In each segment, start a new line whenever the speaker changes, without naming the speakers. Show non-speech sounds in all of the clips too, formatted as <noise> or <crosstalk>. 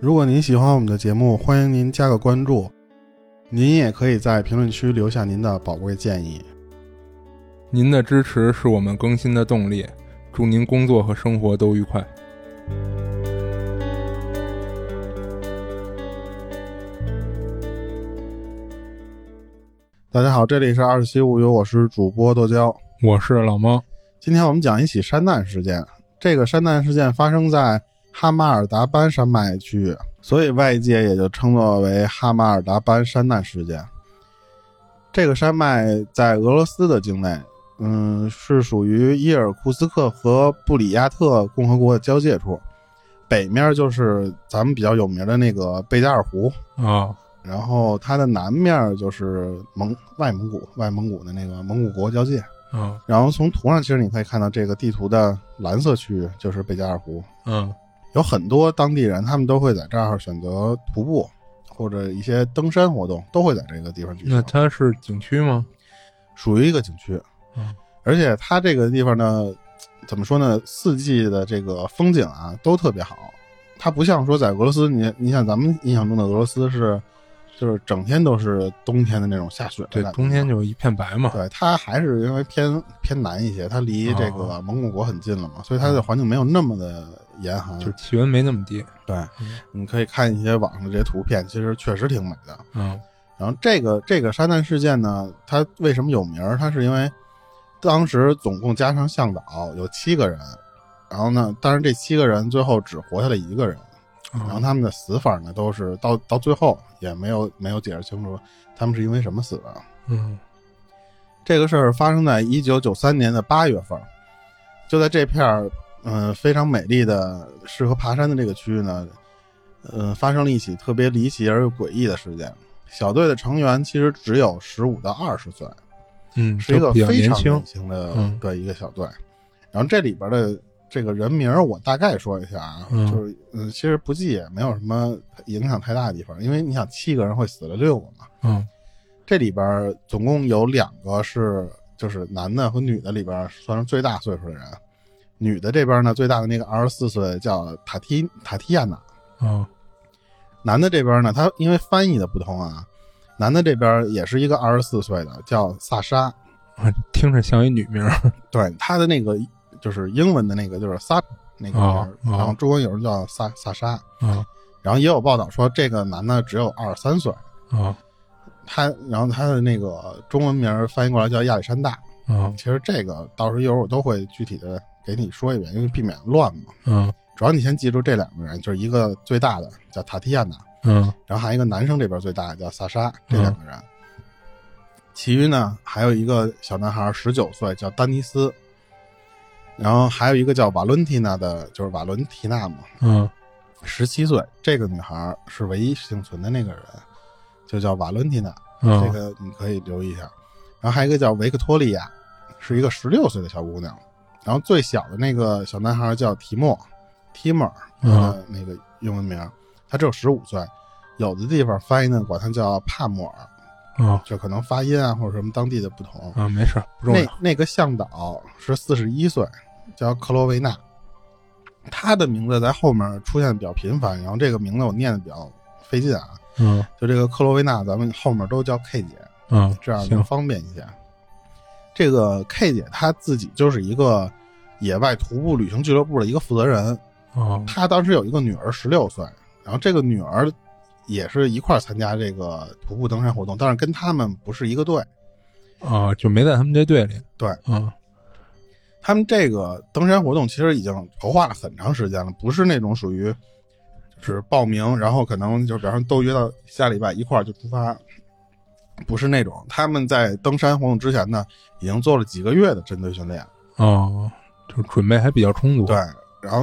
如果您喜欢我们的节目，欢迎您加个关注。您也可以在评论区留下您的宝贵建议。
您的支持是我们更新的动力。祝您工作和生活都愉快。
大家好，这里是《二十七物语》，我是主播豆椒。
我是老猫，
今天我们讲一起山难事件。这个山难事件发生在哈马尔达班山脉区域，所以外界也就称作为哈马尔达班山难事件。这个山脉在俄罗斯的境内，嗯，是属于伊尔库斯克和布里亚特共和国的交界处，北面就是咱们比较有名的那个贝加尔湖，
啊，
然后它的南面就是蒙外蒙古，外蒙古的那个蒙古国交界。
啊，
然后从图上，其实你可以看到这个地图的蓝色区域就是贝加尔湖，
嗯，
有很多当地人，他们都会在这儿选择徒步或者一些登山活动，都会在这个地方举
那
行，
它是景区吗？
属于一个景区
嗯。
而且它这个地方呢，怎么说呢？四季的这个风景啊，都特别好。它不像说在俄罗斯，你你像咱们印象中的俄罗斯是，就是整天都是冬天的那种下雪的
对
感，觉
冬天就一片白嘛。
对，它还是因为偏偏南一些，它离这
哦
个蒙古国很近了嘛，所以它的环境没有那么的严寒。
就是气温没那么低，
对，你可以看一些网上的这些图片，其实确实挺美的。
嗯
然后这个这个山难事件呢，它为什么有名儿？它是因为当时总共加上向导有七个人，然后呢，但是这七个人最后只活下来一个人，然后
啊
他们的死法呢都是到到最后也没有没有解释清楚他们是因为什么死的。
嗯
这个事儿发生在一九九三年的八月份儿，就在这片儿，嗯、非常美丽的、适合爬山的这个区域呢，嗯、发生了一起特别离奇而又诡异的事件。小队的成员其实只有十五到二十岁，
嗯，
是一个
就比较
非
年
常
轻
年，轻的
嗯
对一个小队。然后这里边的这个人名儿我大概说一下啊，
嗯
就是嗯，其实不记也没有什么影响太大的地方，因为你想七个人会死了六个嘛，
嗯
这里边儿总共有两个是就是男的和女的里边儿算是最大岁数的人，女的这边呢最大的那个二十四岁叫塔提塔提亚娜，
啊
男的这边呢他因为翻译的不同啊，男的这边也是一个二十四岁的叫萨沙，
啊，听着像一女名儿
对他的那个就是英文的那个就是萨那个名儿
哦，哦
然后中文有人叫萨萨沙，
啊
然后也有报道说这个男的只有二十三岁，
啊
他然后他的那个中文名儿翻译过来叫亚历山大。
啊
其实这个到时候一会儿我都会具体的给你说一遍，因为避免乱嘛。
嗯
主要你先记住这两个人，就是一个最大的叫塔提亚娜，
嗯
然后还有一个男生这边最大的叫萨沙，这两个人。其余呢还有一个小男孩十九岁叫丹尼斯，然后还有一个叫瓦伦蒂娜的，就是瓦伦蒂娜嘛，
嗯
十七岁，这个女孩是唯一幸存的那个人，就叫瓦伦蒂娜。这
嗯
个你可以留意一下。然后还有一个叫维克托利亚，是一个十六岁的小姑娘。然后最小的那个小男孩叫提莫 （Timor），他
嗯啊
的那个英文名，他只有十五岁。有的地方翻译呢，管他叫帕莫尔，
啊
就可能发音啊或者什么当地的不同。
啊，没事儿，不重
那
要。
那个向导是四十一岁，叫克罗维娜。他的名字在后面出现的比较频繁，然后这个名字我念的比较费劲啊。
嗯
就这个克罗维娜，咱们后面都叫 K 姐。
嗯，
这样
行
能，方便一些。这个 K 姐她自己就是一个野外徒步旅行俱乐部的一个负责人，
哦
她当时有一个女儿，十六岁，然后这个女儿也是一块儿参加这个徒步登山活动，但是跟他们不是一个队。
啊，就没在他们这队里。
对
嗯
他们这个登山活动其实已经筹划了很长时间了，不是那种属于就是报名，然后可能就比方说都约到下礼拜一块儿就出发，不是那种。他们在登山活动之前呢，已经做了几个月的针对训练。
哦，就准备还比较充足。
对，然后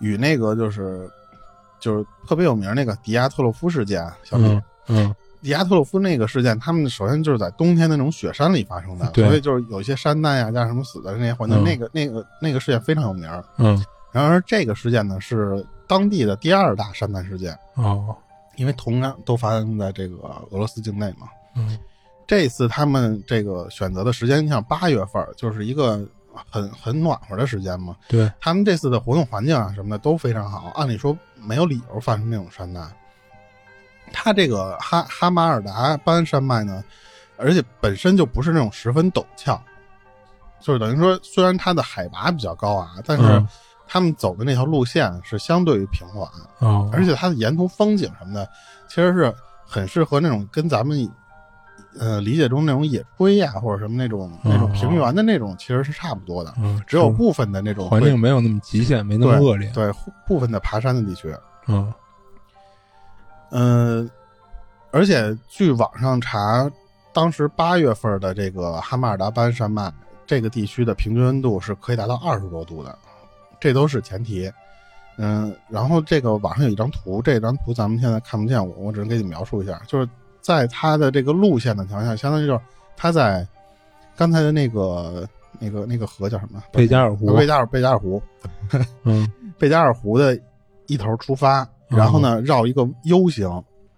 与那个就是就是特别有名儿那个迪亚特洛夫事件，啊小弟、
嗯嗯
迪亚特洛夫那个事件，他们首先就是在冬天那种雪山里发生的，
<laughs> 对
所以就是有一些山难呀加什么死的那些环境，
嗯
那个那个那个事件非常有名儿。
嗯
然而这个事件呢是当地的第二大山难事件，
哦
因为同样都发生在这个俄罗斯境内嘛。
嗯
这次他们这个选择的时间，你想八月份儿就是一个很很暖和的时间嘛。
对，
他们这次的活动环境啊什么的都非常好，按理说没有理由发生那种山难。它这个哈哈马尔达班山脉呢，而且本身就不是那种十分陡峭，就是等于说虽然它的海拔比较高啊，但是
嗯
他们走的那条路线是相对于平缓，
哦，
而且它的沿途风景什么的，其实是很适合那种跟咱们呃理解中那种野炊呀、或者什么那种那种平原的那种，其实是差不多的，
哦嗯，
只有
是
部分的那种
环境没有那么极限，没那么
对
恶劣。
对部分的爬山的地区，
嗯，
嗯，而且据网上查，当时八月份的这个哈马尔达班山脉这个地区的平均温度是可以达到二十多度的，这都是前提。嗯，然后这个网上有一张图，这张图咱们现在看不见我，我只能给你描述一下，就是在它的这个路线的条件下，相当于就是它在刚才的那个那个那个河叫什么？
贝加尔湖
贝，加尔贝加尔湖，
嗯
<laughs> 贝加尔湖的一头出发，然后呢绕一个 U 型，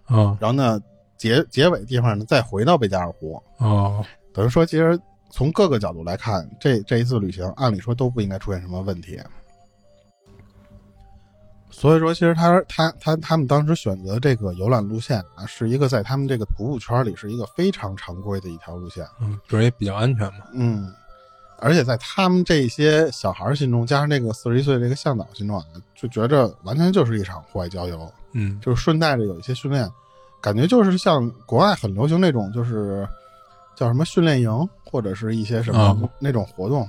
嗯
啊
然后呢结结尾地方呢再回到贝加尔湖，
哦，
等于说其实从各个角度来看，这这一次旅行按理说都不应该出现什么问题。所以说，其实他他他他们当时选择这个游览路线啊，是一个在他们这个徒步圈里是一个非常常规的一条路线。
嗯，主要也比较安全嘛。
嗯，而且在他们这些小孩儿心中，加上这个四十一岁这个向导心中啊，就觉着完全就是一场户外郊游。
嗯，
就是顺带着有一些训练，感觉就是像国外很流行那种，就是叫什么训练营或者是一些什么
啊
那种活动。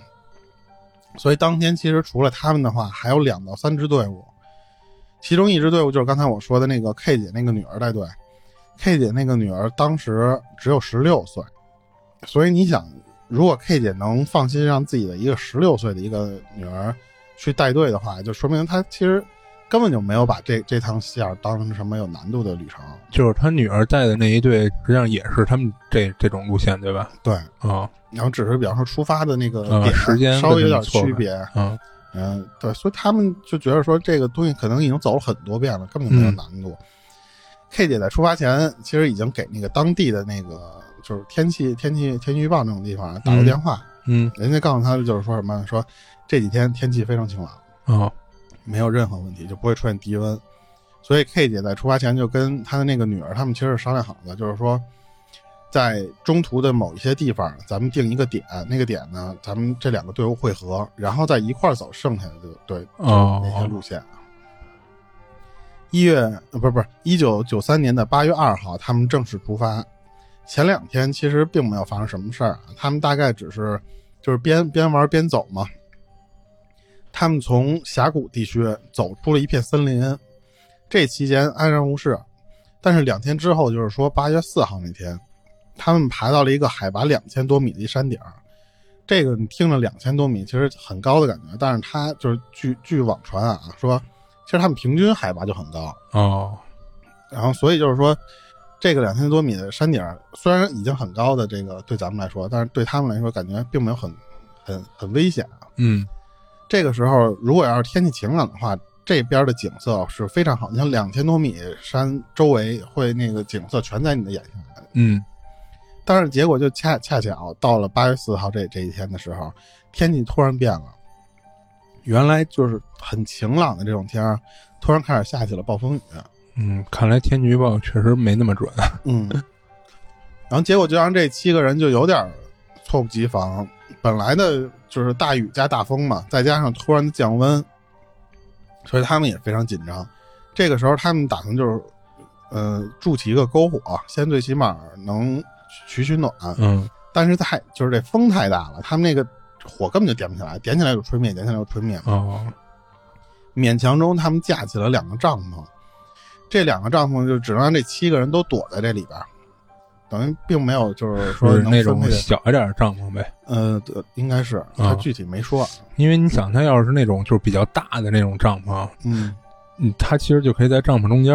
所以当天其实除了他们的话，还有两到三支队伍，其中一支队伍就是刚才我说的那个 K 姐那个女儿带队。K 姐那个女儿当时只有十六岁，所以你想，如果 K 姐能放心让自己的一个十六岁的一个女儿去带队的话，就说明她其实根本就没有把这这趟线儿当成什么有难度的旅程。
就是他女儿带的那一队，实际上也是他们这这种路线，对吧？
对，
啊、
然后只是比方说出发的那个
啊
点、
时间
稍微有
跟
点
他们错
区
开
别，
嗯
嗯，对，所以他们就觉得说这个东西可能已经走了很多遍了，根本就没
嗯
有难度。K 姐在出发前，其实已经给那个当地的那个就是天气、天气、天气预报那种地方打过电话，
嗯
人家告诉他就是说什么，说这几天天气非常晴朗，
哦
没有任何问题，就不会出现低温。所以 K 姐在出发前就跟她的那个女儿，他们其实是商量好的，就是说，在中途的某一些地方，咱们定一个点，那个点呢，咱们这两个队伍汇合，然后再一块儿走剩下的这个队那些
哦
路线。一月呃不是不是一九九三年的八月二号，他们正式出发。前两天其实并没有发生什么事儿啊，他们大概只是就是边边玩边走嘛。他们从峡谷地区走出了一片森林，这期间安然无事。但是两天之后，就是说八月四号那天，他们爬到了一个海拔两千多米的一山顶儿。这个你听着两千多米，其实很高的感觉，但是它就是据据网传啊，说其实他们平均海拔就很高，
哦，
然后所以就是说，这个两千多米的山顶儿虽然已经很高的这个对咱们来说，但是对他们来说感觉并没有很很很危险啊。
嗯
这个时候如果要是天气晴朗的话，这边的景色是非常好，你像两千多米山周围会那个景色全在你的眼前，
嗯
但是结果就恰恰巧到了八月四号这这一天的时候，天气突然变了，原来就是很晴朗的这种天儿，突然开始下起了暴风雨。
嗯，看来天气预报确实没那么准。啊
嗯，然后结果就让这七个人就有点儿猝不及防。本来的就是大雨加大风嘛，再加上突然的降温，所以他们也非常紧张。这个时候，他们打算就是，呃，筑起一个篝火，先最起码能取取暖。
嗯
但是太就是这风太大了，他们那个火根本就点不起来，点起来就吹灭，点起来就吹灭。
哦
勉强中，他们架起了两个帐篷，这两个帐篷就只能让这七个人都躲在这里边儿，等于并没有就是说
是
能
那
分
种
配的
小一点的帐篷呗。
呃，对应该是他具体没说，
因为你想，它要是那种就是比较大的那种帐篷，啊
嗯
嗯，它其实就可以在帐篷中间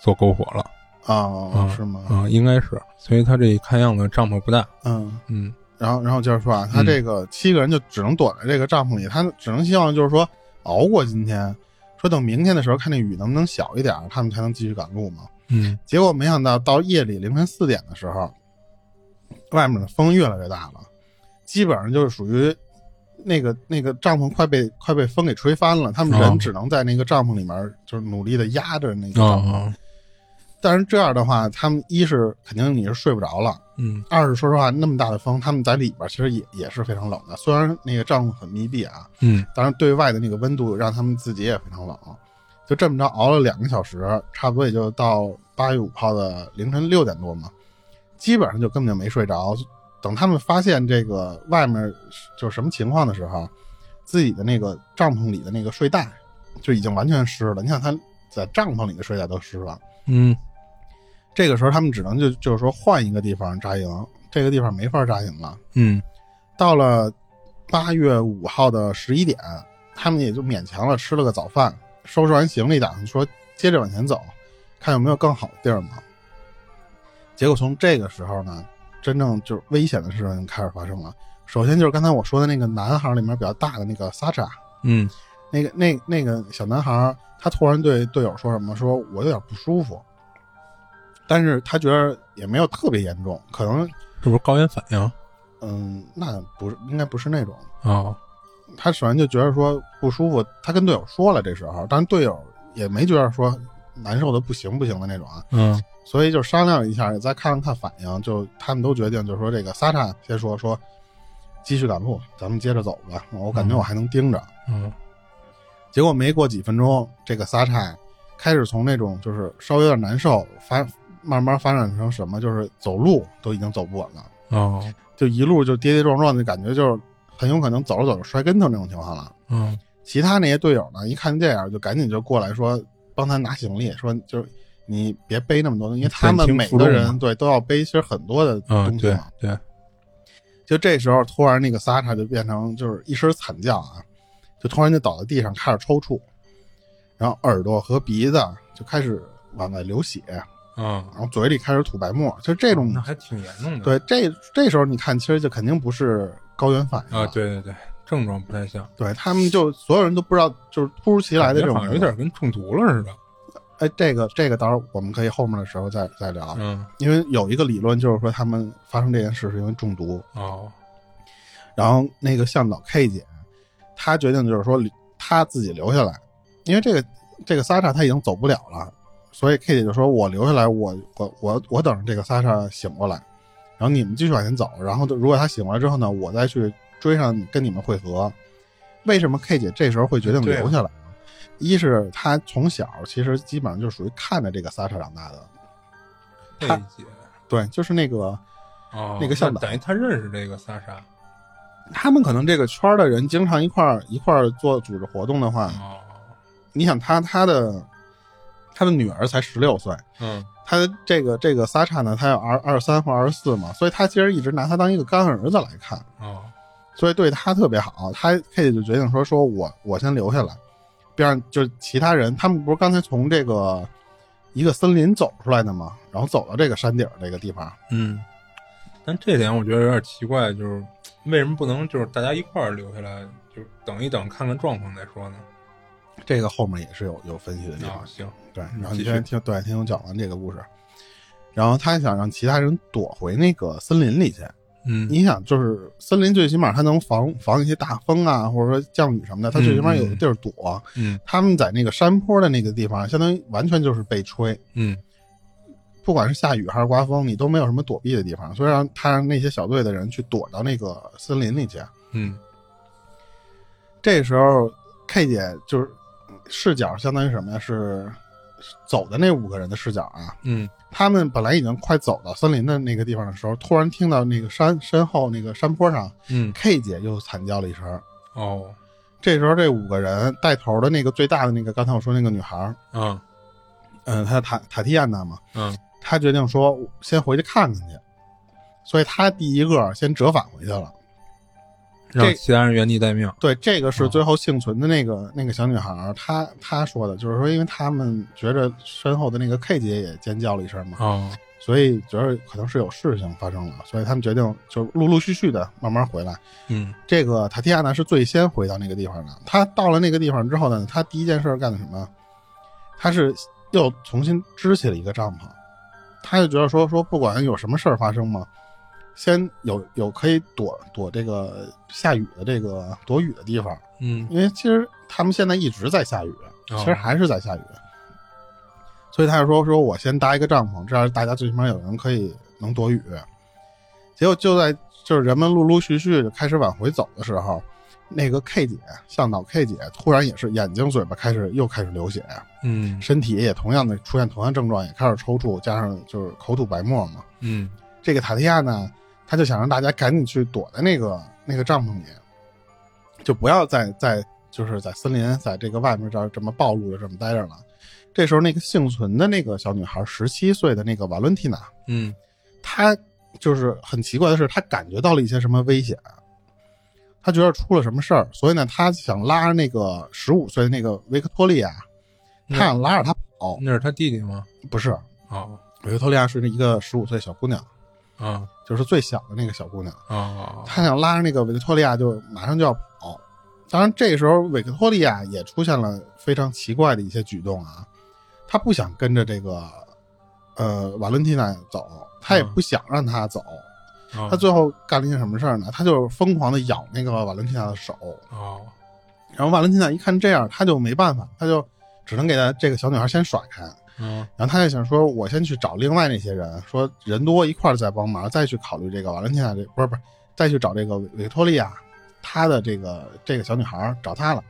做篝火了
啊，
嗯
是吗？
啊、应该是。所以它这看样子帐篷不大，
嗯，
嗯
然后然后接着说啊，他这个七个人就只能躲在这个帐篷里，他只能希望就是说熬过今天，说等明天的时候看这雨能不能小一点儿，他们才能继续赶路嘛。
嗯
结果没想到到夜里凌晨四点的时候，外面的风越来越大了，基本上就是属于那个那个帐篷快被快被风给吹翻了，他们
哦
人只能在那个帐篷里面就是努力的压着那个帐篷。
啊，
但是这样的话，他们一是肯定你是睡不着了，
嗯
二是说实话那么大的风，他们在里边其实也也是非常冷的。虽然那个帐篷很密闭啊，
嗯
但是对外的那个温度让他们自己也非常冷。就这么着熬了两个小时，差不多也就到八月五号的凌晨六点多嘛，基本上就根本就没睡着。等他们发现这个外面就是什么情况的时候，自己的那个帐篷里的那个睡袋就已经完全湿了。你想，他在帐篷里的睡袋都湿了，
嗯
这个时候他们只能就就是说换一个地方扎营，这个地方没法扎营了。
嗯
到了八月五号的十一点，他们也就勉强了吃了个早饭，收拾完行李，打算说接着往前走，看有没有更好的地儿嘛。结果从这个时候呢，真正就是危险的事情开始发生了。首先就是刚才我说的那个男孩里面比较大的那个萨扎，
嗯
那个那那个小男孩，他突然对队友说什么？说我有点不舒服，但是他觉得也没有特别严重，可能
是不是高原反应
嗯，那不是应该不是那种。
啊？
他首先就觉得说不舒服，他跟队友说了这时候，但是队友也没觉得说难受的不行不行的那种啊，
嗯
所以就商量一下，再看了看反应，就他们都决定就是说这个萨查先说说继续赶路，咱们接着走吧，我感觉我还能盯着。
嗯
结果没过几分钟，这个萨查开始从那种就是稍微有点难受发慢慢发展成什么，就是走路都已经走不稳了。
哦
就一路就跌跌撞撞的感觉，就是很有可能走着走着摔跟头那种情况了。
嗯
其他那些队友呢，一看这样就赶紧就过来说帮他拿行李，说就是你别背那么多东西，因为他们
减轻
每
负重
个
嘛
人对都要背其实很多的
啊，
东西
对
嘛。
对，
就这时候突然那个萨查就变成就是一声惨叫啊，就突然就倒在地上开始抽搐，然后耳朵和鼻子就开始往外流血，然
嗯，
后嘴里开始吐白沫，就这种
啊那还挺严重的。
对这这时候你看，其实就肯定不是高原反应
啊，
了
对对对，症状不太像，
对他们就所有人都不知道，就是突如其来的这
感
种
觉好像有点跟中毒了似的。
哎，这个这个到时候我们可以后面的时候再再聊，
嗯
因为有一个理论就是说他们发生这件事是因为中毒，
哦
然后那个向导 K 姐，她决定就是说她自己留下来，因为这个这个萨莎她已经走不了了，所以 K 姐就说我留下来，我我我我等着这个萨莎醒过来，然后你们继续往前走，然后如果她醒过来之后呢，我再去追上你跟你们会合。为什么 K 姐这时候会决定
对啊
留下来呢？一是她从小其实基本上就属于看着这个萨莎长大的，
贝
他
姐
对，就是那个
哦，
那个向导
等于他认识这个萨莎
他们可能这个圈儿的人经常一块儿一块儿做组织活动的话，
哦，
你想他他的他的女儿才十六岁，
嗯
他的这个这个萨查呢，他有二二十三或二十四嘛，所以他其实一直拿他当一个干儿子来看，
哦
所以对他特别好。他 K 就决定说，说我我先留下来，边上就是其他人，他们不是刚才从这个一个森林走出来的吗？然后走到这个山顶儿这个地方，
嗯，但这点我觉得有点奇怪，就是为什么不能就是大家一块儿留下来，就等一等看看状况再说呢？
这个后面也是有有分析的地方
啊，。行，
对，
嗯
然后你
继
先
续
听，对，听我讲完这个故事。然后他想让其他人躲回那个森林里去。
嗯
你想，就是森林最起码它能防防一些大风啊，或者说降雨什么的，它最起码有地儿躲。
嗯
他们在那个山坡的那个地方，相当于完全就是被吹，
嗯
不管是下雨还是刮风，你都没有什么躲避的地方，所以让他让那些小队的人去躲到那个森林里去。
嗯
这时候 K 姐就是视角相当于什么呀？是是走的那五个人的视角啊。
嗯
他们本来已经快走到森林的那个地方的时候，突然听到那个山身后那个山坡上
嗯，
K 姐又惨叫了一声。
哦
这时候，这五个人带头的那个最大的那个，刚才我说那个女孩儿，
啊
嗯、她塔塔蒂亚娜嘛，
嗯
她决定说先回去看看去，所以她第一个先折返回去了。
让其他人原地待命。
对，这个是最后幸存的那个、那个小女孩儿，她她说的就是说，因为他们觉着身后的那个 K 姐也尖叫了一声嘛，
哦，
所以觉得可能是有事情发生了，所以他们决定就陆陆续续的慢慢回来。
嗯
这个塔提亚呢是最先回到那个地方的。他到了那个地方之后呢，他第一件事干的什么？他是又重新支起了一个帐篷。他就觉得说说不管有什么事儿发生嘛，先有有可以躲躲这个下雨的这个躲雨的地方，
嗯，
因为其实他们现在一直在下雨，
哦
其实还是在下雨，所以他就说说我先搭一个帐篷，这样大家最起码有人可以能躲雨。结果就在就是人们陆陆续续就开始往回走的时候，那个 K 姐向导 K 姐突然也是眼睛嘴巴开始又开始流血，
嗯
身体也同样的出现同样症状，也开始抽搐，加上就是口吐白沫嘛。
嗯
这个塔利亚呢，他就想让大家赶紧去躲在那个那个帐篷里，就不要再在就是在森林在这个外面这儿这么暴露着这么待着了。这时候，那个幸存的那个小女孩，十七岁的那个瓦伦蒂娜，
嗯
她就是很奇怪的是，她感觉到了一些什么危险，她觉得出了什么事儿，所以呢，她想拉着那个十五岁的那个维克托利亚，她想拉着她跑，
那是他弟弟吗？
不是
哦
维克托利亚是一个十五岁小姑娘，
啊
就是最小的那个小姑娘。
啊
他想拉着那个维克托利亚，就马上就要跑。当然，这时候维克托利亚也出现了非常奇怪的一些举动啊，他不想跟着这个呃瓦伦蒂娜走，他也
嗯
不想让她走。
啊
他最后干了一件什么事儿呢？他就是疯狂的咬那个瓦伦蒂娜的手，
哦
然后瓦伦蒂娜一看这样，他就没办法，他就只能给她这个小女孩先甩开。
嗯
然后他就想说，我先去找另外那些人，说人多一块儿再帮忙，再去考虑这个瓦伦蒂娜这不是不是，再去找这个维托利亚，她的这个这个小女孩儿找她了。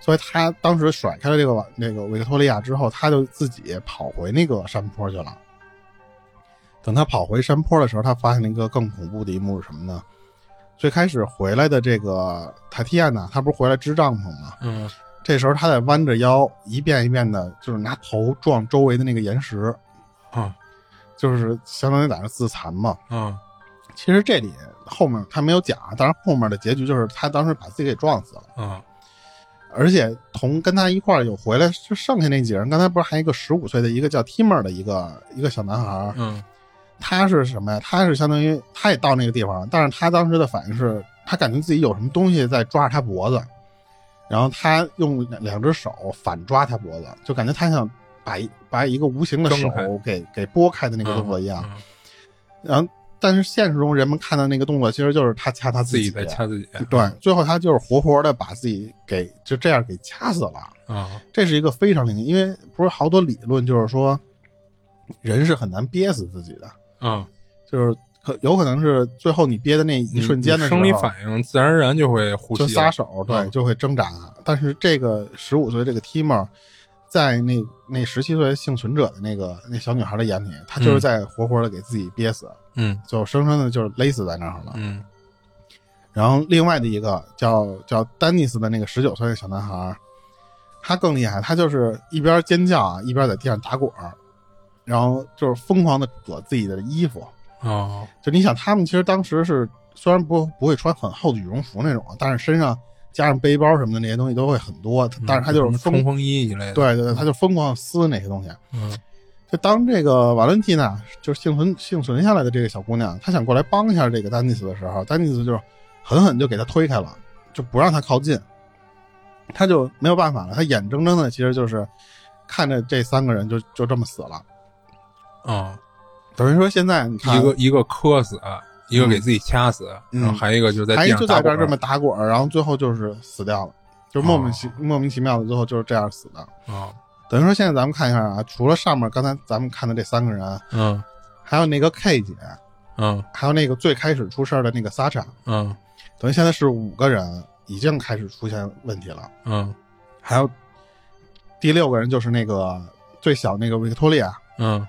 所以他当时甩开了这个瓦那个维托利亚之后，他就自己跑回那个山坡去了。等他跑回山坡的时候，他发现了一个更恐怖的一幕是什么呢？最开始回来的这个塔提亚娜，她不是回来支帐篷吗？
嗯
这时候他在弯着腰，一遍一遍的，就是拿头撞周围的那个岩石，
啊
就是相当于在那自残嘛。
啊
其实这里后面他没有讲，啊但是后面的结局就是他当时把自己给撞死了，
啊
而且同跟他一块儿有回来就剩下那几人，刚才不是还有一个十五岁的一个叫 Timmer 的一个一个小男孩儿，
嗯
他是什么呀？他是相当于他也到那个地方，但是他当时的反应是他感觉自己有什么东西在抓着他脖子，然后他用两两只手反抓他脖子，就感觉他想把一把一个无形的手
挣开
给给拨开的那个动
嗯
作一样。然后，但是现实中人们看到那个动作，其实就是他掐他
自
己嗯
己在掐自己
对，最后他就是活活的把自己给就这样给掐死了。
啊
这是一个非常灵，因为不是好多理论就是说，人是很难憋死自己的。
啊，
就是可有可能是最后你憋的那一瞬间的时候
生理反应自然而然就会呼
就
吸
撒手，对，
嗯
就会挣扎。但是这个十五岁这个 Timmer，在那那十七岁幸存者的那个那小女孩的眼里，她就是在活活的给自己憋死，
嗯
就生生的就是勒死在那儿了。
嗯
然后另外的一个叫叫丹尼斯的那个十九岁的小男孩，他更厉害，他就是一边尖叫啊，一边在地上打滚儿，然后就是疯狂的扯自己的衣服。
哦
就你想，他们其实当时是虽然不不会穿很厚的羽绒服那种，啊但是身上加上背包什么的那些东西都会很多，
嗯
但是他就是疯
冲，锋衣一类的，
对对对，他就疯狂撕那些东西。啊
嗯
就当这个瓦伦蒂娜就是幸存幸存下来的这个小姑娘，她想过来帮一下这个丹尼斯的时候，丹尼斯就是狠狠就给她推开了，就不让她靠近，她就没有办法了，她眼睁睁的其实就是看着这三个人就就这么死了。
啊，
等于说现在你看
一个一个磕死，一个给自己掐死，
嗯
然后还有一个就是在
还
地
就
上
在
打
这儿
滚
这么打滚儿，然后最后就是死掉了，就莫名
哦
其、莫名其妙的，最后就是这样死的。
啊，
等于说现在咱们看一下啊，除了上面刚才咱们看的这三个人，
嗯
还有那个 K 姐，
嗯
还有那个最开始出事儿的那个 Sacha，
嗯
等于现在是五个人已经开始出现问题了。
嗯
还有第六个人就是那个最小那个维克托利亚，
嗯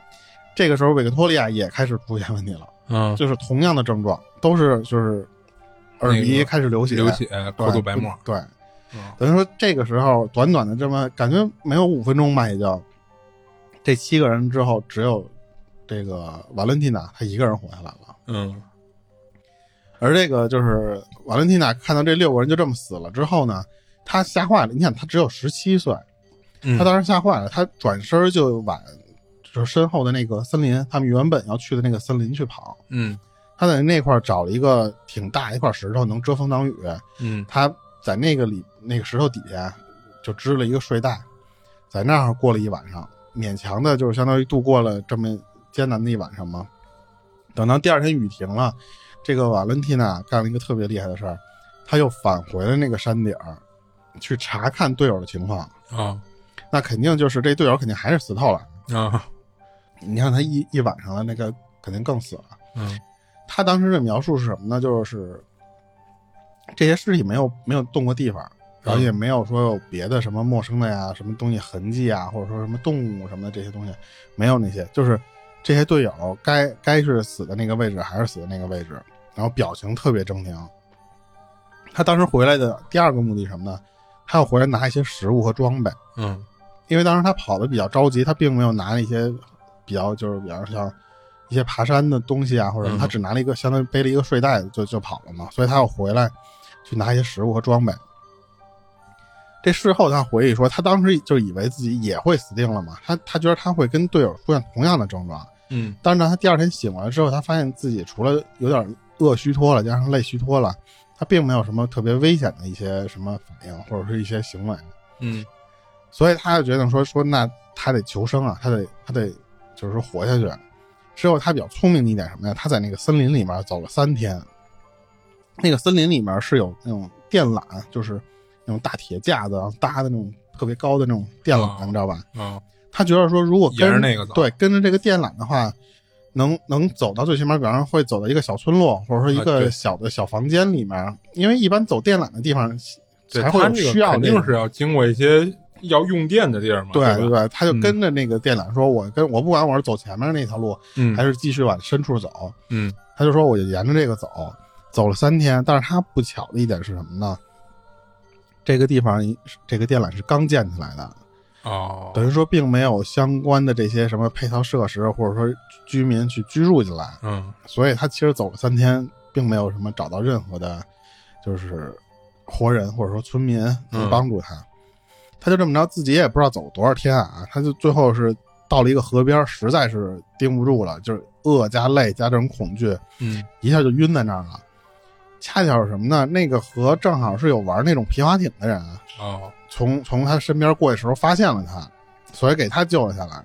这个时候维克托利亚也开始出现问题了，
嗯，
就是同样的症状，都是就是耳
那
鼻
个
开始流血，
流血
对
口吐白沫，
对。
嗯
等于说这个时候短短的这么感觉没有五分钟吧，也就这七个人之后，只有这个瓦伦蒂娜她一个人活下来了。
嗯
而这个就是瓦伦蒂娜看到这六个人就这么死了之后呢，她吓坏了。你想，她只有十七岁，
嗯，
她当时吓坏了，她转身就往就是身后的那个森林，他们原本要去的那个森林去跑。
嗯
她在那块儿找了一个挺大一块石头，能遮风挡雨。
嗯
他在那个里那个石头底下就支了一个睡袋，在那儿过了一晚上，勉强的就是相当于度过了这么艰难的一晚上嘛。等到第二天雨停了，这个瓦伦蒂娜干了一个特别厉害的事儿，她又返回了那个山顶儿，去查看队友的情况。
啊
那肯定就是这队友肯定还是死透了。
啊
你看他一一晚上了，那个肯定更死了。
嗯
他当时的描述是什么呢？就是这些尸体没有没有动过地方，然后也没有说有别的什么陌生的呀、什么东西痕迹啊，或者说什么动物什么的这些东西，没有那些，就是这些队友该该是死的那个位置还是死的那个位置，然后表情特别狰狞。他当时回来的第二个目的是什么呢？他要回来拿一些食物和装备，
嗯
因为当时他跑的比较着急，他并没有拿一些比较就是比方说像一些爬山的东西啊，或者什么
嗯
他只拿了一个相当于背了一个睡袋就就跑了嘛，所以他要回来去拿一些食物和装备。这事后他回忆说，他当时就以为自己也会死定了嘛，他他觉得他会跟队友出现同样的症状，
嗯
但是呢，他第二天醒过来之后，他发现自己除了有点饿虚脱了，加上累虚脱了，他并没有什么特别危险的一些什么反应或者是一些行为。
嗯
所以他就决定说说那他得求生啊，他得他得就是说活下去。之后他比较聪明的一点什么呀？他在那个森林里面走了三天，那个森林里面是有那种电缆，就是那种大铁架子，然后搭的那种特别高的那种电缆，
哦
你知道吧？
啊
他觉得说如果跟
沿着那个走
对跟着这个电缆的话。能能走到最起码，比方说会走到一个小村落，或者说一
啊
个
对
小的小房间里面，因为一般走电缆的地方
对
才会
他
有
这个
需要
肯
这个
定是要经过一些要用电的地儿嘛，
对
吧？
吧？他就
嗯
跟着那个电缆说，我跟我不管我是走前面那条路，
嗯
还是继续往深处走，
嗯
他就说我就沿着这个走，走了三天。但是他不巧的一点是什么呢？这个地方这个电缆是刚建起来的，
哦
等于说并没有相关的这些什么配套设施，或者说居民去居住进来，
嗯
所以他其实走了三天，并没有什么找到任何的，就是活人或者说村民能
嗯
帮助他。他就这么着，自己也不知道走多少天啊，他就最后是到了一个河边，实在是盯不住了，就是饿加累加这种恐惧，
嗯
一下就晕在那儿了。恰巧是什么呢？那个河正好是有玩那种皮划艇的人啊，
哦
从从他身边过去的时候发现了他，所以给他救了下来。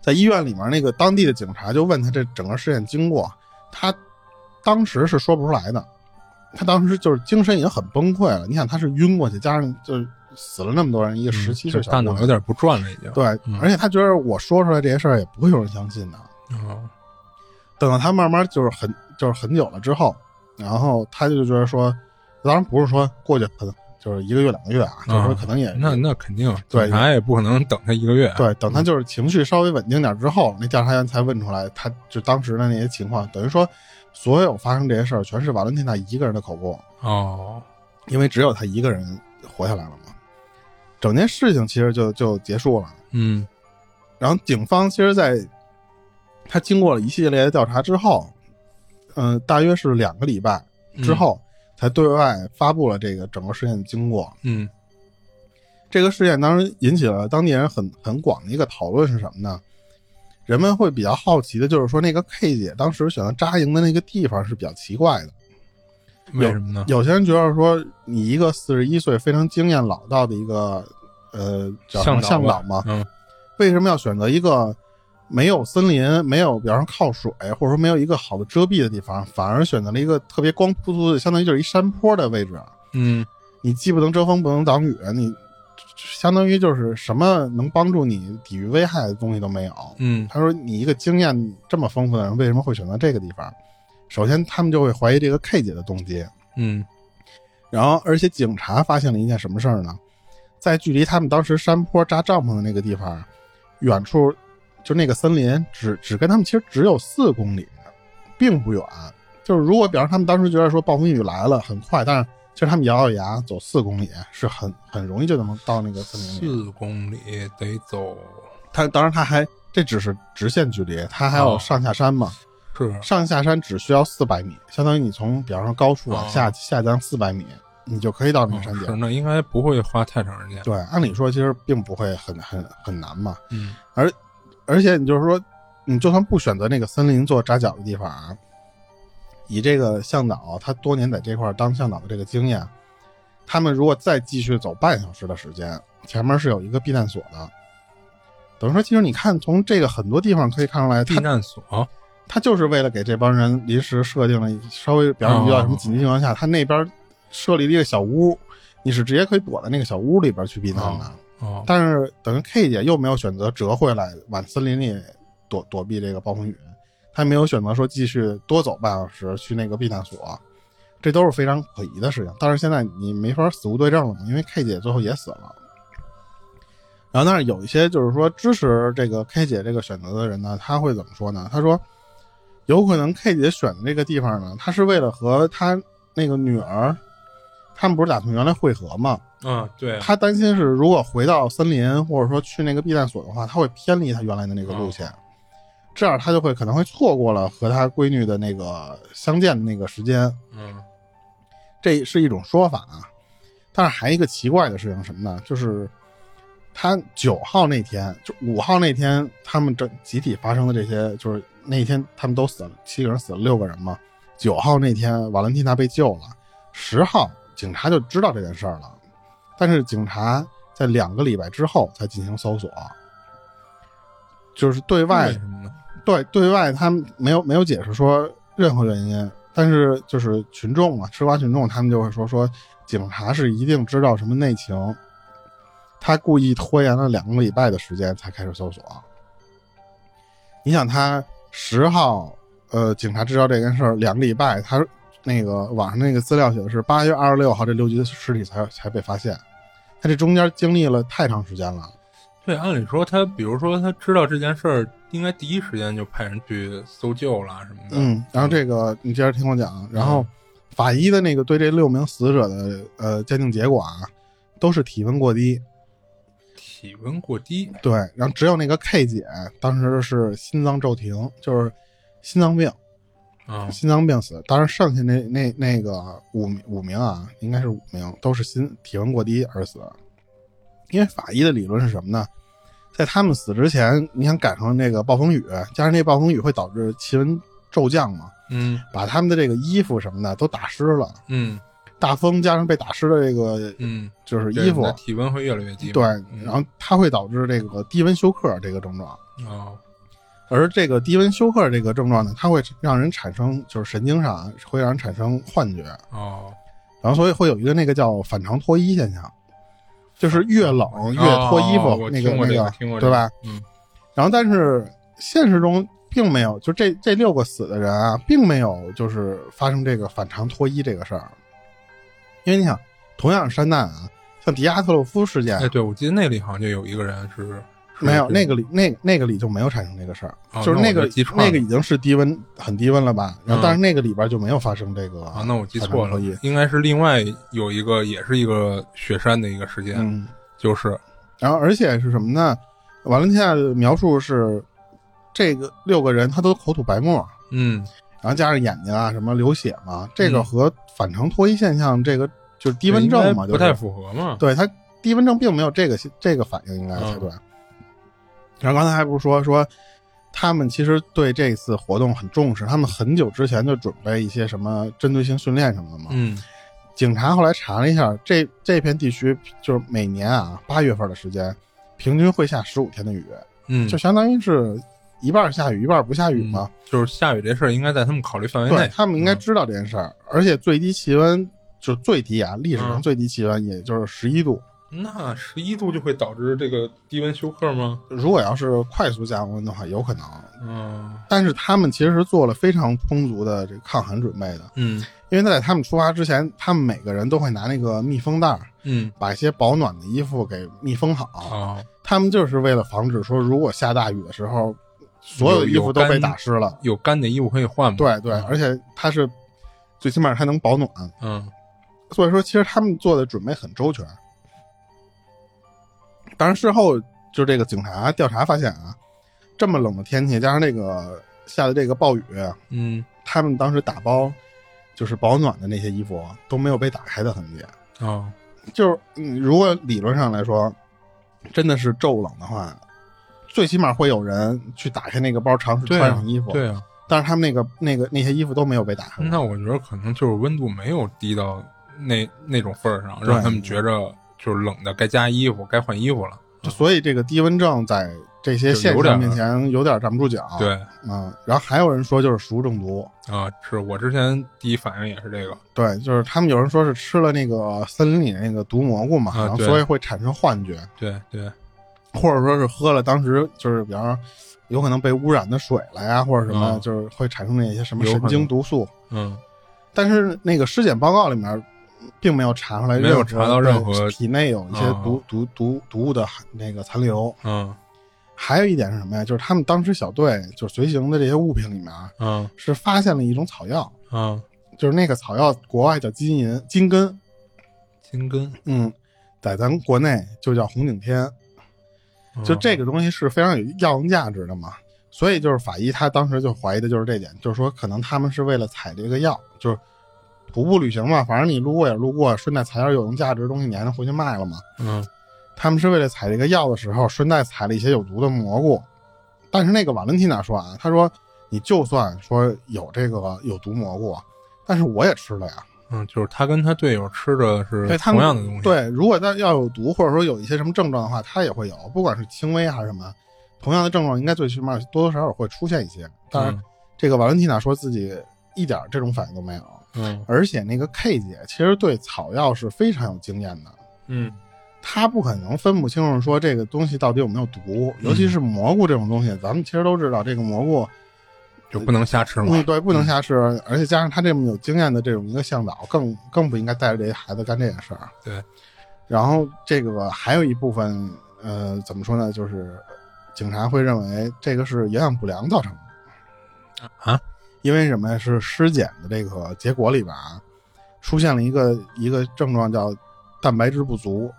在医院里面，那个当地的警察就问他这整个事件经过，他当时是说不出来的，他当时就是精神已经很崩溃了。你想，他是晕过去，加上就是死了那么多人，一个十七岁
嗯就
小
大
姑
脑有
娘，
点不转了已经。
对，
嗯
而且他觉得我说出来这些事儿也不会有人相信的。
啊
等到他慢慢就是很就是很久了之后，然后他就觉得说，当然不是说过去很就是一个月两个月啊，就是说可能也
那那肯定，
对
警察也不可能等他一个月。
对，等他就是情绪稍微稳定点之后，那调查员才问出来，他就当时的那些情况，等于说所有发生这些事儿全是瓦伦蒂娜一个人的口供，
哦，
因为只有他一个人活下来了嘛。整件事情其实就就结束了。
嗯
然后警方其实在他经过了一系列的调查之后，嗯、大约是两个礼拜之
嗯
后，才对外发布了这个整个事件的经过。
嗯
这个事件当时引起了当地人很很广的一个讨论是什么呢？人们会比较好奇的就是说，那个 K 姐当时选择扎营的那个地方是比较奇怪的。
为什么呢？
有些人觉得说，你一个四十一岁非常经验老道的一个呃叫什么
向
向
导
导
吧
嘛，
嗯
为什么要选择一个没有森林、没有比方说靠水，或者说没有一个好的遮蔽的地方，反而选择了一个特别光秃秃的，相当于就是一山坡的位置？啊
嗯
你既不能遮风，不能挡雨，你相当于就是什么能帮助你抵御危害的东西都没有。
嗯
他说：“你一个经验这么丰富的人，为什么会选择这个地方？”首先，他们就会怀疑这个 K 姐的动机。
嗯
然后，而且警察发现了一件什么事儿呢？在距离他们当时山坡扎帐篷的那个地方，远处就那个森林，只只跟他们其实只有四公里，并不远。就是如果比方说他们当时觉得说暴风雨来了很快，但是其实他们咬咬牙走四公里是很很容易就能到那个森林里。
四公里得走
他当然他还这只是直线距离，他还有
哦
上下山嘛。
是
上下山只需要四百米，相当于你从比方说高处往
哦
下、下降四百米，你就可以到那
哦
个山顶。
是那应该不会花太长时间。
对，按理说其实并不会很很很难嘛。
嗯
而且你就是说，你就算不选择那个森林做扎脚的地方啊，以这个向导他多年在这块儿当向导的这个经验，他们如果再继续走半小时的时间，前面是有一个避难所的。等于说，其实你看，从这个很多地方可以看出来，
避
他
难所
他就是为了给这帮人临时设定了一稍微，比方说遇到什么紧急情况下，他那边设立了一个小屋，你是直接可以躲在那个小屋里边去避难的。
哦，
但是等于 K 姐又没有选择折回来往森林里躲躲避这个暴风雨，她没有选择说继续多走半小时去那个避难所，这都是非常可疑的事情。但是现在你没法死无对证了嘛，因为 K 姐最后也死了。然后，但是有一些就是说支持这个 K 姐这个选择的人呢，他会怎么说呢？他说，有可能 K 姐选的这个地方呢，她是为了和她那个女儿，他们不是打算原来会合吗？
嗯，对，
他担心是如果回到森林，或者说去那个避难所的话，他会偏离他原来的那个路线，这样他就会可能会错过了和他闺女的那个相见的那个时间。
嗯
这是一种说法啊。但是还一个奇怪的事情是什么呢？就是他九号那天，就五号那天，他们整集体发生的这些，就是那一天他们都死了，七个人死了六个人嘛。九号那天，瓦伦蒂娜被救了，十号警察就知道这件事儿了，但是警察在两个礼拜之后才进行搜索，就是对外
为什么呢？
对对外，他们没有没有解释说任何原因，但是就是群众嘛，吃瓜群众，他们就会说说警察是一定知道什么内情，他故意拖延了两个礼拜的时间才开始搜索。你想，他十号，呃，警察知道这件事儿两个礼拜，他那个网上那个资料写的是八月二十六号这六具尸体才才被发现，他这中间经历了太长时间了。
对，按理说他，比如说他知道这件事儿，应该第一时间就派人去搜救啦什么的。
嗯，然后这个你接着听我讲，然后法医的那个对这六名死者的呃鉴定结果啊，都是体温过低，
体温过低，
对，然后只有那个 K 姐当时是心脏骤停，就是心脏病，
啊，
心脏病死，当然剩下那那那个五名五名啊，应该是五名，都是心体温过低而死。因为法医的理论是什么呢？在他们死之前，你想赶上那个暴风雨，加上那暴风雨会导致气温骤降嘛，
嗯
把他们的这个衣服什么的都打湿了，
嗯
大风加上被打湿的这个
嗯，
就是
对
衣服
你的，体温会越来越低嘛。
对，
嗯
然后它会导致这个低温休克这个症状，
哦，
而这个低温休克这个症状呢，它会让人产生就是神经上啊会让人产生幻觉，
哦，
然后所以会有一个那个叫反常脱衣现象，就是越冷越脱衣
哦
服
我
那
听过
那
这
个
个，听过这
对
个
吧？
嗯
然后但是现实中并没有，就这这六个死的人啊，并没有就是发生这个反常脱衣这个事儿，因为你想，同样是山难啊，像迪亚特洛夫事件
哎，，对，我记得那里好像就有一个人是是
没有那
个
个里那那个里就没有产生这个事儿，
哦
就是
那我
个
就记串了
那个已经是低温很低温了吧，然后
嗯
但是那个里边就没有发生这个
啊，那我记
反常
错了
脱衣，
应该是另外有一个也是一个雪山的一个事件，
嗯，
就是
然后而且是什么呢？瓦伦蒂亚的描述是这个六个人他都口吐白沫，
嗯
然后加上眼睛啊什么流血嘛，这个
嗯
和反常脱衣现象这个就是低温症嘛，就
应该不
是
太符合嘛。
对他低温症并没有这个这个反应，应该
嗯
才对。然后刚才还不是说说他们其实对这次活动很重视，他们很久之前就准备一些什么针对性训练什么的嘛。
嗯
警察后来查了一下，这这片地区就是每年啊八月份的时间，平均会下十五天的雨，
嗯，
就相当于是一半下雨一半不下雨嘛。
就是下雨这事儿应该在他们考虑范围
对
内。
他们应该知道这件事儿，而且最低气温就是最低啊，历史上
嗯
最低气温也就是十一度。
那十一度就会导致这个低温休克吗？
如果要是快速降温的话，有可能。
嗯
但是他们其实是做了非常充足的这个抗寒准备的，
嗯
因为在他们出发之前，他们每个人都会拿那个密封袋儿，
嗯
把一些保暖的衣服给密封好。
啊，
他们就是为了防止说，如果下大雨的时候，所有的衣服都被打湿了。
有干的衣服可以换吗？，
对对，
嗯
而且它是最起码它能保暖，
嗯
所以说其实他们做的准备很周全。当然，事后就这个警察调查发现啊，这么冷的天气加上这个下的这个暴雨，
嗯
他们当时打包就是保暖的那些衣服都没有被打开的痕迹。
啊，
就是嗯，如果理论上来说，真的是骤冷的话，最起码会有人去打开那个包尝试
对啊
穿上衣服。
对嗯啊，
但是他们那个那个那些衣服都没有被打开。
那我觉得可能就是温度没有低到那那种份儿上，
对
让他们觉着就是冷的该加衣服、该换衣服了。
就所以这个低温症在这些现
就有点
象
儿
面前有点站不住脚。
对
嗯，然后还有人说就是食物中毒，
啊，是我之前第一反应也是这个
对，就是他们有人说是吃了那个森林里那个毒蘑菇嘛，
啊
然后
对
所以会产生幻觉，
对对
或者说是喝了当时就是比方说有可能被污染的水了呀，或者什么，
嗯
就是会产生那些什么
有可
神
能
经毒素。
嗯
但是那个尸检报告里面并没有查出来任何，
没有查到任何
对体内有一些
啊
毒、毒毒毒物的含那个残留。
嗯
还有一点是什么呀？就是他们当时小队就是随行的这些物品里面啊
嗯
是发现了一种草药，
嗯，
就是那个草药国外叫金银金根，
金根
嗯，在咱国内就叫红景天。就这
个
个东西是非常有药用价值的嘛。所以就是法医他当时就怀疑的就是这点，就是说可能他们是为了采这个药，就是徒步旅行嘛，反正你路过也路过，顺带采点有用价值的东西，你还能回去卖了嘛。
嗯
他们是为了采这个药的时候，顺带采了一些有毒的蘑菇。但是那个瓦伦蒂娜说啊，他说你就算说有这个有毒蘑菇，啊但是我也吃了呀，
嗯，就是他跟他队友吃的是
对他
同
们
样的东西，
对，如果它要有毒，或者说有一些什么症状的话，它也会有，不管是轻微还是什么，同样的症状应该最起码多多少少会出现一些。但是
嗯
这个瓦伦蒂娜说自己一点这种反应都没有，
嗯
而且那个 K 姐其实对草药是非常有经验的，
嗯
她不可能分不清楚说这个东西到底有没有毒，尤
嗯
其是蘑菇这种东西，咱们其实都知道这个蘑菇，
就不能瞎吃嘛，
嗯，对，不能瞎吃，而且加上她这么有经验的这种一个向导，更更不应该带着这些孩子干这件事儿。
对，
然后这个还有一部分，呃，怎么说呢？就是警察会认为这个是营养不良造成的
啊，
因为什么呀？是尸检的这个结果里边啊，出现了一个一个症状叫蛋白质不足，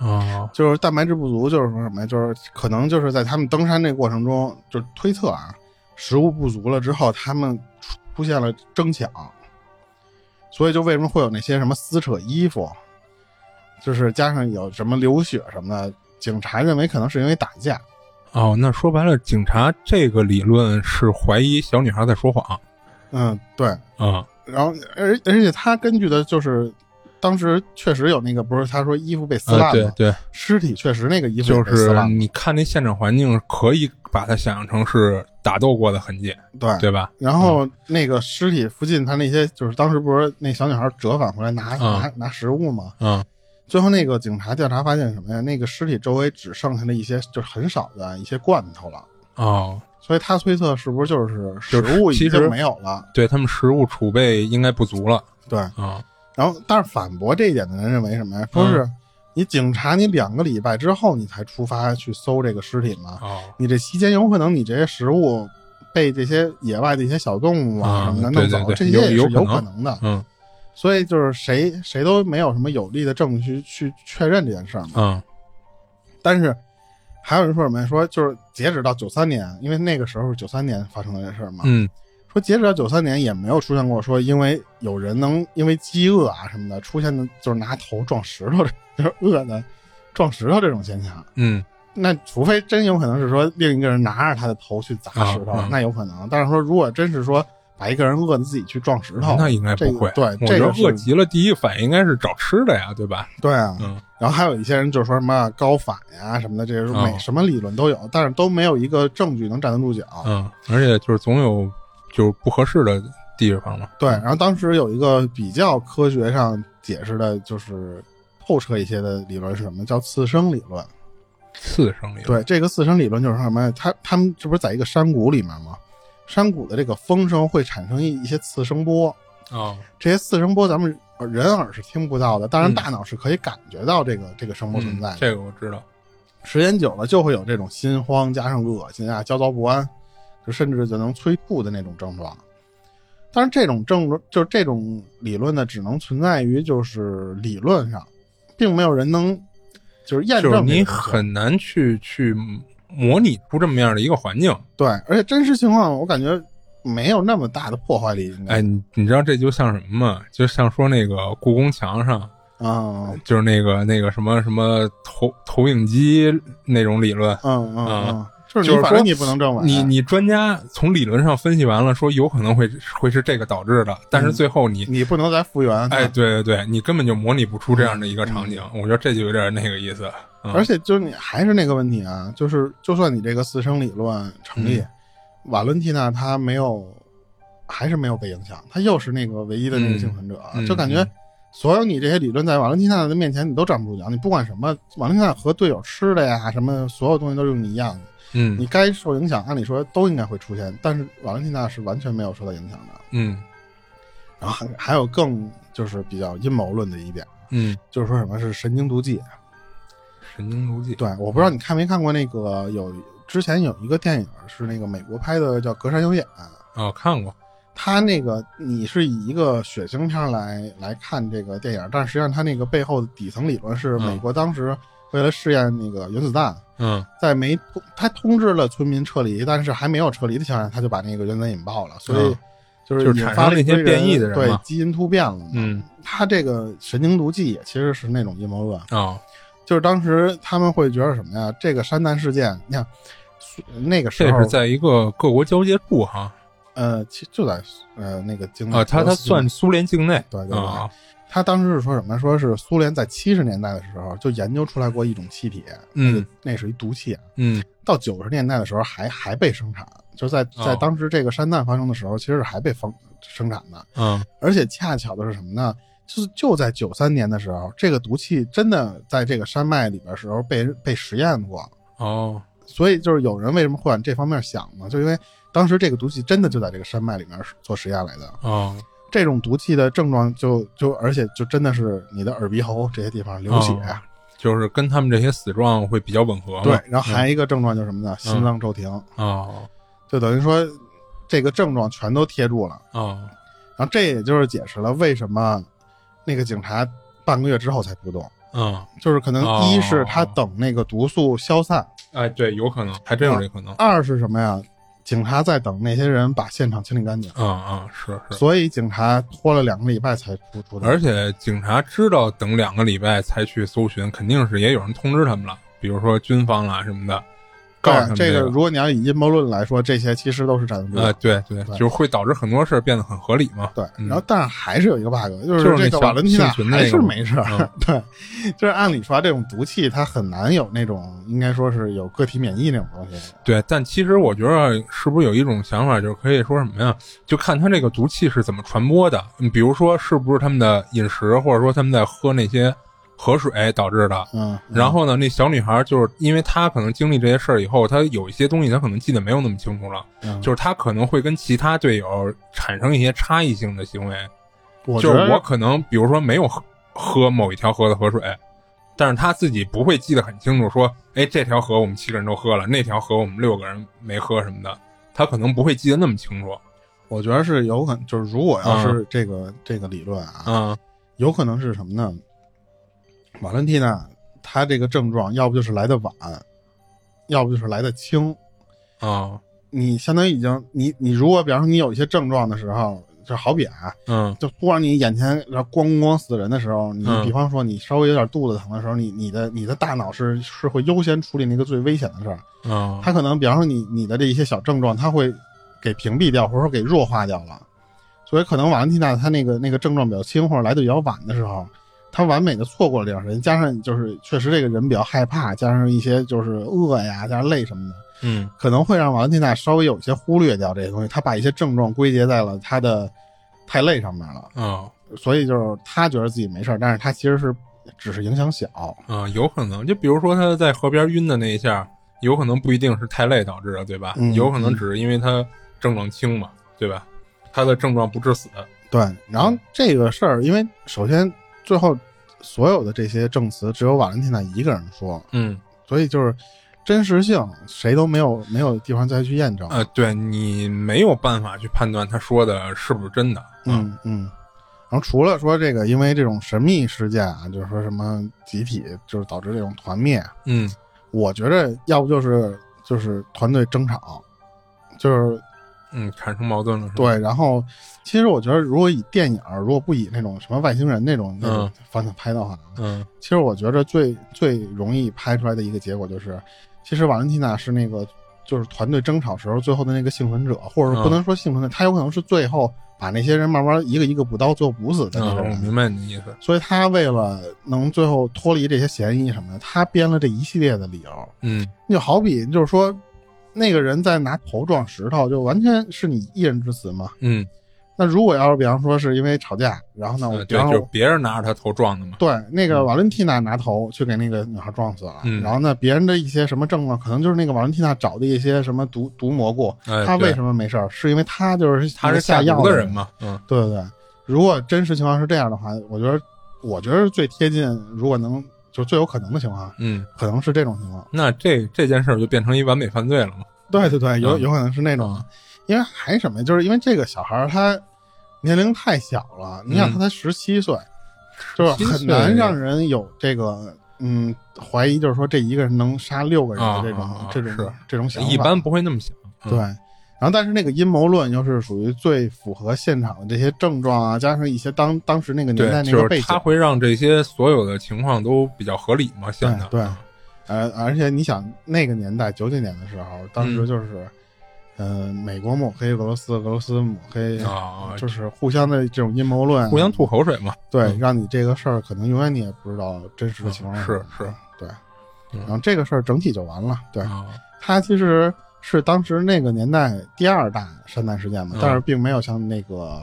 嗯
哦
就是蛋白质不足，就是说什么呀？就是可能就是在他们登山这过程中，就是推测啊，食物不足了之后，他们出出现了争抢，所以就为什么会有那些什么撕扯衣服，就是加上有什么流血什么的，警察认为可能是因为打架，
哦，那说白了，警察这个理论是怀疑小女孩在说谎
嗯，对，
啊，
然后而而且他根据的就是。当时确实有那个，不是他说衣服被撕
啊
烂
对
了，
对，
尸体确实那个衣服也
就
被撕
是
烂了，
你看那现场环境，可以把它想象成是打斗过的痕迹，
对
对吧？
然后那个尸体附近，他那些就是当时不是那小女孩折返回来拿、
嗯
拿拿食物吗？
嗯
最后那个警察调查发现什么呀？那个尸体周围只剩下了一些就是很少的一些罐头了，
哦，
所以他推测是不是就是食
就是
物已
其实
经没有了？
对他们食物储备应该不足了
对。
啊，
然后，但是反驳这一点的人认为什么呀？说
嗯
是你警察，你两个礼拜之后你才出发去搜这个尸体吗？
哦
你这期间有可能你这些食物被这些野外的一些小动物啊
啊
什么的
对
弄走，
对对
这些
有
也是
有
有
可能
可能的。
嗯
所以就是谁谁都没有什么有力的证据去确认这件事儿嘛。
嗯
但是还有人说什么呀？说就是截止到九三年，因为那个时候是九三年发生的这事儿嘛。
嗯
说截止到九三年也没有出现过说因为有人能因为饥饿啊什么的出现的，就是拿头撞石头的， <laughs> 就是饿的撞石头这种现象。
嗯
那除非真有可能是说另一个人拿着他的头去砸石头，
啊嗯
那有可能。但是说如果真是说把一个人饿的自己去撞石头，
那应该
这
不
个
会。
对，
我觉
这
得
个是
饿极了，第一反应应该是找吃的呀，对吧？
对啊，
嗯
然后还有一些人就说什么高反呀什么的，这种
哦
每什么理论都有，但是都没有一个证据能站得住脚。
嗯，而且就是总有就是不合适的地方嘛。
对，然后当时有一个比较科学上解释的，就是透彻一些的理论是什么？叫次生理论。
嗯次生理论
对，这个次生理论就是什么呀？他他们这不是在一个山谷里面吗？山谷的这个风声会产生一一些次声波，
哦
这些次声波咱们人耳是听不到的，当然
嗯
大脑是可以感觉到这个、这个声波存在的
嗯。这个我知道。
时间久了就会有这种心慌加上恶心啊、焦躁不安，就甚至就能催吐的那种症状。但是这种症状，就是这种理论呢，只能存在于就是理论上，并没有人能就是验
就是
证这个东西。
你很难去去模拟出这么样的一个环境。
对，而且真实情况我感觉没有那么大的破坏力，应该
哎，你你知道这就像什么吗？就像说那个故宫墙上，
啊嗯
就是那个那个什么什么投投影机那种理论。
嗯嗯
啊
嗯，就就是你
就是
反
说
正你不能证伪，
你你专家从理论上分析完了，说有可能会会是这个导致的，但
嗯
是最后你，
你不能再复原。
哎，对对对，你根本就模拟不出这样的一个场景，我觉得这就有点那个意思。嗯、
嗯而且就是你还是那个问题啊，就是就算你这个四声理论成
嗯
立，瓦伦蒂娜她没有，还是没有被影响，她又是那个唯一的那个幸存者，啊
嗯
就感觉所有你这些理论在瓦伦蒂娜的面前你都站不住脚，你不管什么，瓦伦蒂娜和队友吃的呀什么，所有东西都是你一样的，
嗯
你该受影响，按理说都应该会出现，但是瓦伦蒂娜是完全没有受到影响的。
嗯
然后还还有更就是比较阴谋论的一点，
嗯，
就是说什么是神经毒剂，
神经毒剂，
对，我不知道你看没看过那个有之前有一个电影是那个美国拍的叫《隔山有眼》，
哦，看过，
它那个你是以一个血腥片来来看这个电影，但实际上它那个背后的底层理论是
嗯
美国当时为了试验那个原子弹，
嗯
在没他通知了村民撤离，但是还没有撤离的情况下，他就把那个原子弹引爆了，所以
嗯
就是
就是
引
产
发
生
了一
那
堆
些变异的人
对
嘛
基因突变了嘛。
嗯
他这个神经毒剂也其实是那种阴谋论，
哦，
就是当时他们会觉得什么呀？这个山难事件，你看苏那个时
这
候
是，在一个各国交界处哈，
呃，其就在呃那个境内
啊，他他算苏联境内，
对对对
啊，
他当时是说什么？说是苏联在七十年代的时候就研究出来过一种气体，
嗯
那是一毒气，啊
嗯
到九十年代的时候还还被生产，就是在
哦
在当时这个山难发生的时候，其实是还被生生产的，
嗯
而且恰巧的是什么呢？就是就在九三年的时候，这个毒气真的在这个山脉里边的时候被被实验过，
哦，
所以就是有人为什么会往这方面想呢？就因为当时这个毒气真的就在这个山脉里面做实验来的。
哦，
这种毒气的症状就就而且就真的是你的耳鼻喉这些地方流血。
哦就是跟他们这些死状会比较吻合嘛。
对，然后还
嗯
有一个症状就是什么呢？心脏骤停，
哦
就等于说这个症状全都贴住了。
哦，
然后这也就是解释了为什么那个警察半个月之后才出动，
嗯，
就是可能
哦
一是他等那个毒素消散，
哎，对，有可能，还真有这可能。
二是什么呀？警察在等那些人把现场清理干净。
嗯嗯，是是。
所以警察拖了两个礼拜才出出动。
而且警察知道等两个礼拜才去搜寻，肯定是也有人通知他们了，比如说军方啊啦什么的，告
对
诉他们
这
个
个，。如果你要以阴谋论来说，这些其实都是站得住脚
呃，对对，
对
就是会导致很多事儿变得很合理嘛。
对，
嗯
然后但是还是有一个 bug，就
就是那
这个
小
瓦伦蒂娜
幸存那个
还是没事儿。
嗯
<laughs> 对，就是按理说啊这种毒气它很难有那种应该说是有个体免疫那种东西。
对，但其实我觉得是不是有一种想法，就是可以说什么呀？就看他这个毒气是怎么传播的。嗯比如说，是不是他们的饮食，或者说他们在喝那些河水导致的？
嗯，
然后呢，那小女孩就是因为她可能经历这些事儿以后，她有一些东西她可能记得没有那么清楚了，
嗯
就是她可能会跟其他队友产生一些差异性的行为。
我觉
就是我
得
可能比如说没有喝喝某一条河的河水，但是她自己不会记得很清楚，说，哎，这条河我们七个人都喝了，那条河我们六个人没喝什么的，她可能不会记得那么清楚。
我觉得是有可能，就是如果要是这个这个理论啊，
嗯
有可能是什么呢？瓦伦蒂娜她这个症状，要不就是来的晚，要不就是来的轻。
啊
你相当于已经你你如果比方说你有一些症状的时候，就好比啊，
嗯
就突然你眼前然后咣咣咣死人的时候，你
嗯
比方说你稍微有点肚子疼的时候，你你的你的大脑是是会优先处理那个最危险的事儿，
嗯
它可能比方说你你的这一些小症状，它会给屏蔽掉或者说给弱化掉了，所以可能瓦伦蒂娜她那个那个症状比较轻或者来的比较晚的时候。她完美的错过了这段时间，加上就是确实这个人比较害怕，加上一些就是饿呀，加上累什么的，
嗯
可能会让瓦伦蒂娜稍微有些忽略掉这些东西，她把一些症状归结在了她的太累上面了，
嗯
所以就是她觉得自己没事儿，但是她其实是只是影响小，
嗯，有可能，就比如说她在河边晕的那一下，有可能不一定是太累导致的，对吧？
嗯
有可能只是因为她症状轻嘛，对吧？她的症状不致死。
对。然后这个事儿，因为首先最后所有的这些证词只有瓦伦蒂娜一个人说，
嗯
所以就是真实性谁都没有没有地方再去验证。
呃，对你没有办法去判断她说的是不是真的。啊
嗯嗯。然后除了说这个，因为这种神秘事件啊，就是说什么集体就是导致这种团灭，
嗯
我觉着要不就是就是团队争吵，就是
嗯，产生矛盾了是吧？
对。然后其实我觉得，如果以电影儿，如果不以那种什么外星人那种那种
嗯
方向拍的话，
嗯
其实我觉着最最容易拍出来的一个结果就是，其实瓦伦蒂娜是那个就是团队争吵时候最后的那个幸存者，或者说
嗯
不能说幸存者，他有可能是最后把那些人慢慢一个一个补刀，最后补死的那个
嗯，我
人。
明白你的意思。
所以他为了能最后脱离这些嫌疑什么的，他编了这一系列的理由。
嗯
就好比就是说，那个人在拿头撞石头，就完全是你一人之词嘛。
嗯，
那如果要是比方说是因为吵架，然后呢，我
呃
比
对，
方
就是
说
别人拿着他头撞的嘛。
对那个瓦伦蒂娜拿头去给那个女孩撞死了，
嗯
然后呢，别人的一些什么证啊，可能就是那个瓦伦蒂娜找的一些什么毒毒蘑菇，
哎，
他为
么
什么没事儿？是因为他就是
他是
下
下
药
毒的人，嘛？嗯
对对对。如果真实情况是这样的话，我觉得我觉得是最贴近，如果能就最有可能的情况，
嗯，
可能是这种情况。
那这这件事儿就变成一完美犯罪了嘛？
对对对，有
嗯
有可能是那种，因为还是什么呀？就是因为这个小孩儿他年龄太小了，你想
嗯
他才十七岁，就是
17
很
岁
难让人有这个嗯怀疑，就是说这一个人能杀六个人的
啊
这种、
啊啊
这种
是
这种想法。
一般不会那么想。嗯
对。然后，但是那个阴谋论又是属于最符合现场的这些症状啊，加上一些当当时那个年代那
对，就
个
是
背
他
景，
会让这些所有的情况都比较合理嘛？
对
现在
对，而而且你想那个年代九几年的时候，当时
嗯
就是，呃，美国抹黑俄罗斯，俄罗斯抹黑
啊，
就是互相的这种阴谋论，
互相吐口水嘛。
对，
嗯
让你这个事儿可能永远你也不知道真实的情况
嗯
什么
是是，
对。
嗯
然后这个事儿整体就完了，对，
啊，
它其实是当时那个年代第二大山难事件嘛，
嗯
但是并没有像那个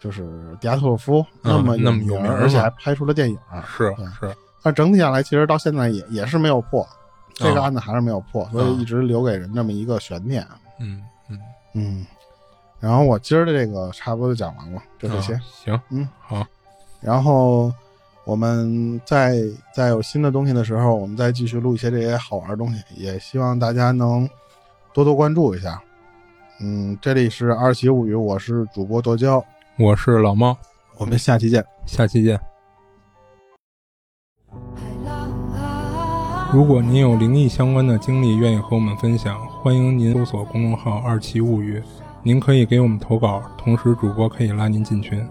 就是迪亚特洛夫那么
嗯那么
有
有
名
名
儿，
儿
而且
嘛
还拍出了电影儿。
是
对
是，
但整体下来，其实到现在也也是没有破，这个
嗯
案子还是没有破，所以
嗯
一直留给人这么一个悬念。
嗯嗯，
嗯，然后我今儿的这个差不多就讲完了，就这些。
啊行，
嗯，
好，
然后我们再再有新的东西的时候，我们再继续录一些这些好玩的东西，也希望大家能多多关注一下。嗯，这里是二喜物语，我是主播剁椒，
我是老猫，
我们下期见。
下期见。
如
如
果
果
您
您
有
有
灵
灵
异
异
相
相
关
关
的
的
经
经
历
历，愿
愿意
意
和
和
我
我
们
们
分
分
享
享，，
欢
欢
迎
迎
您
您
搜
搜索
索公
公
众
众
号
号“
“二
二
七
七
物
物
语
语”，”，
您
您可以给我们投稿，同时主播可以拉您进群。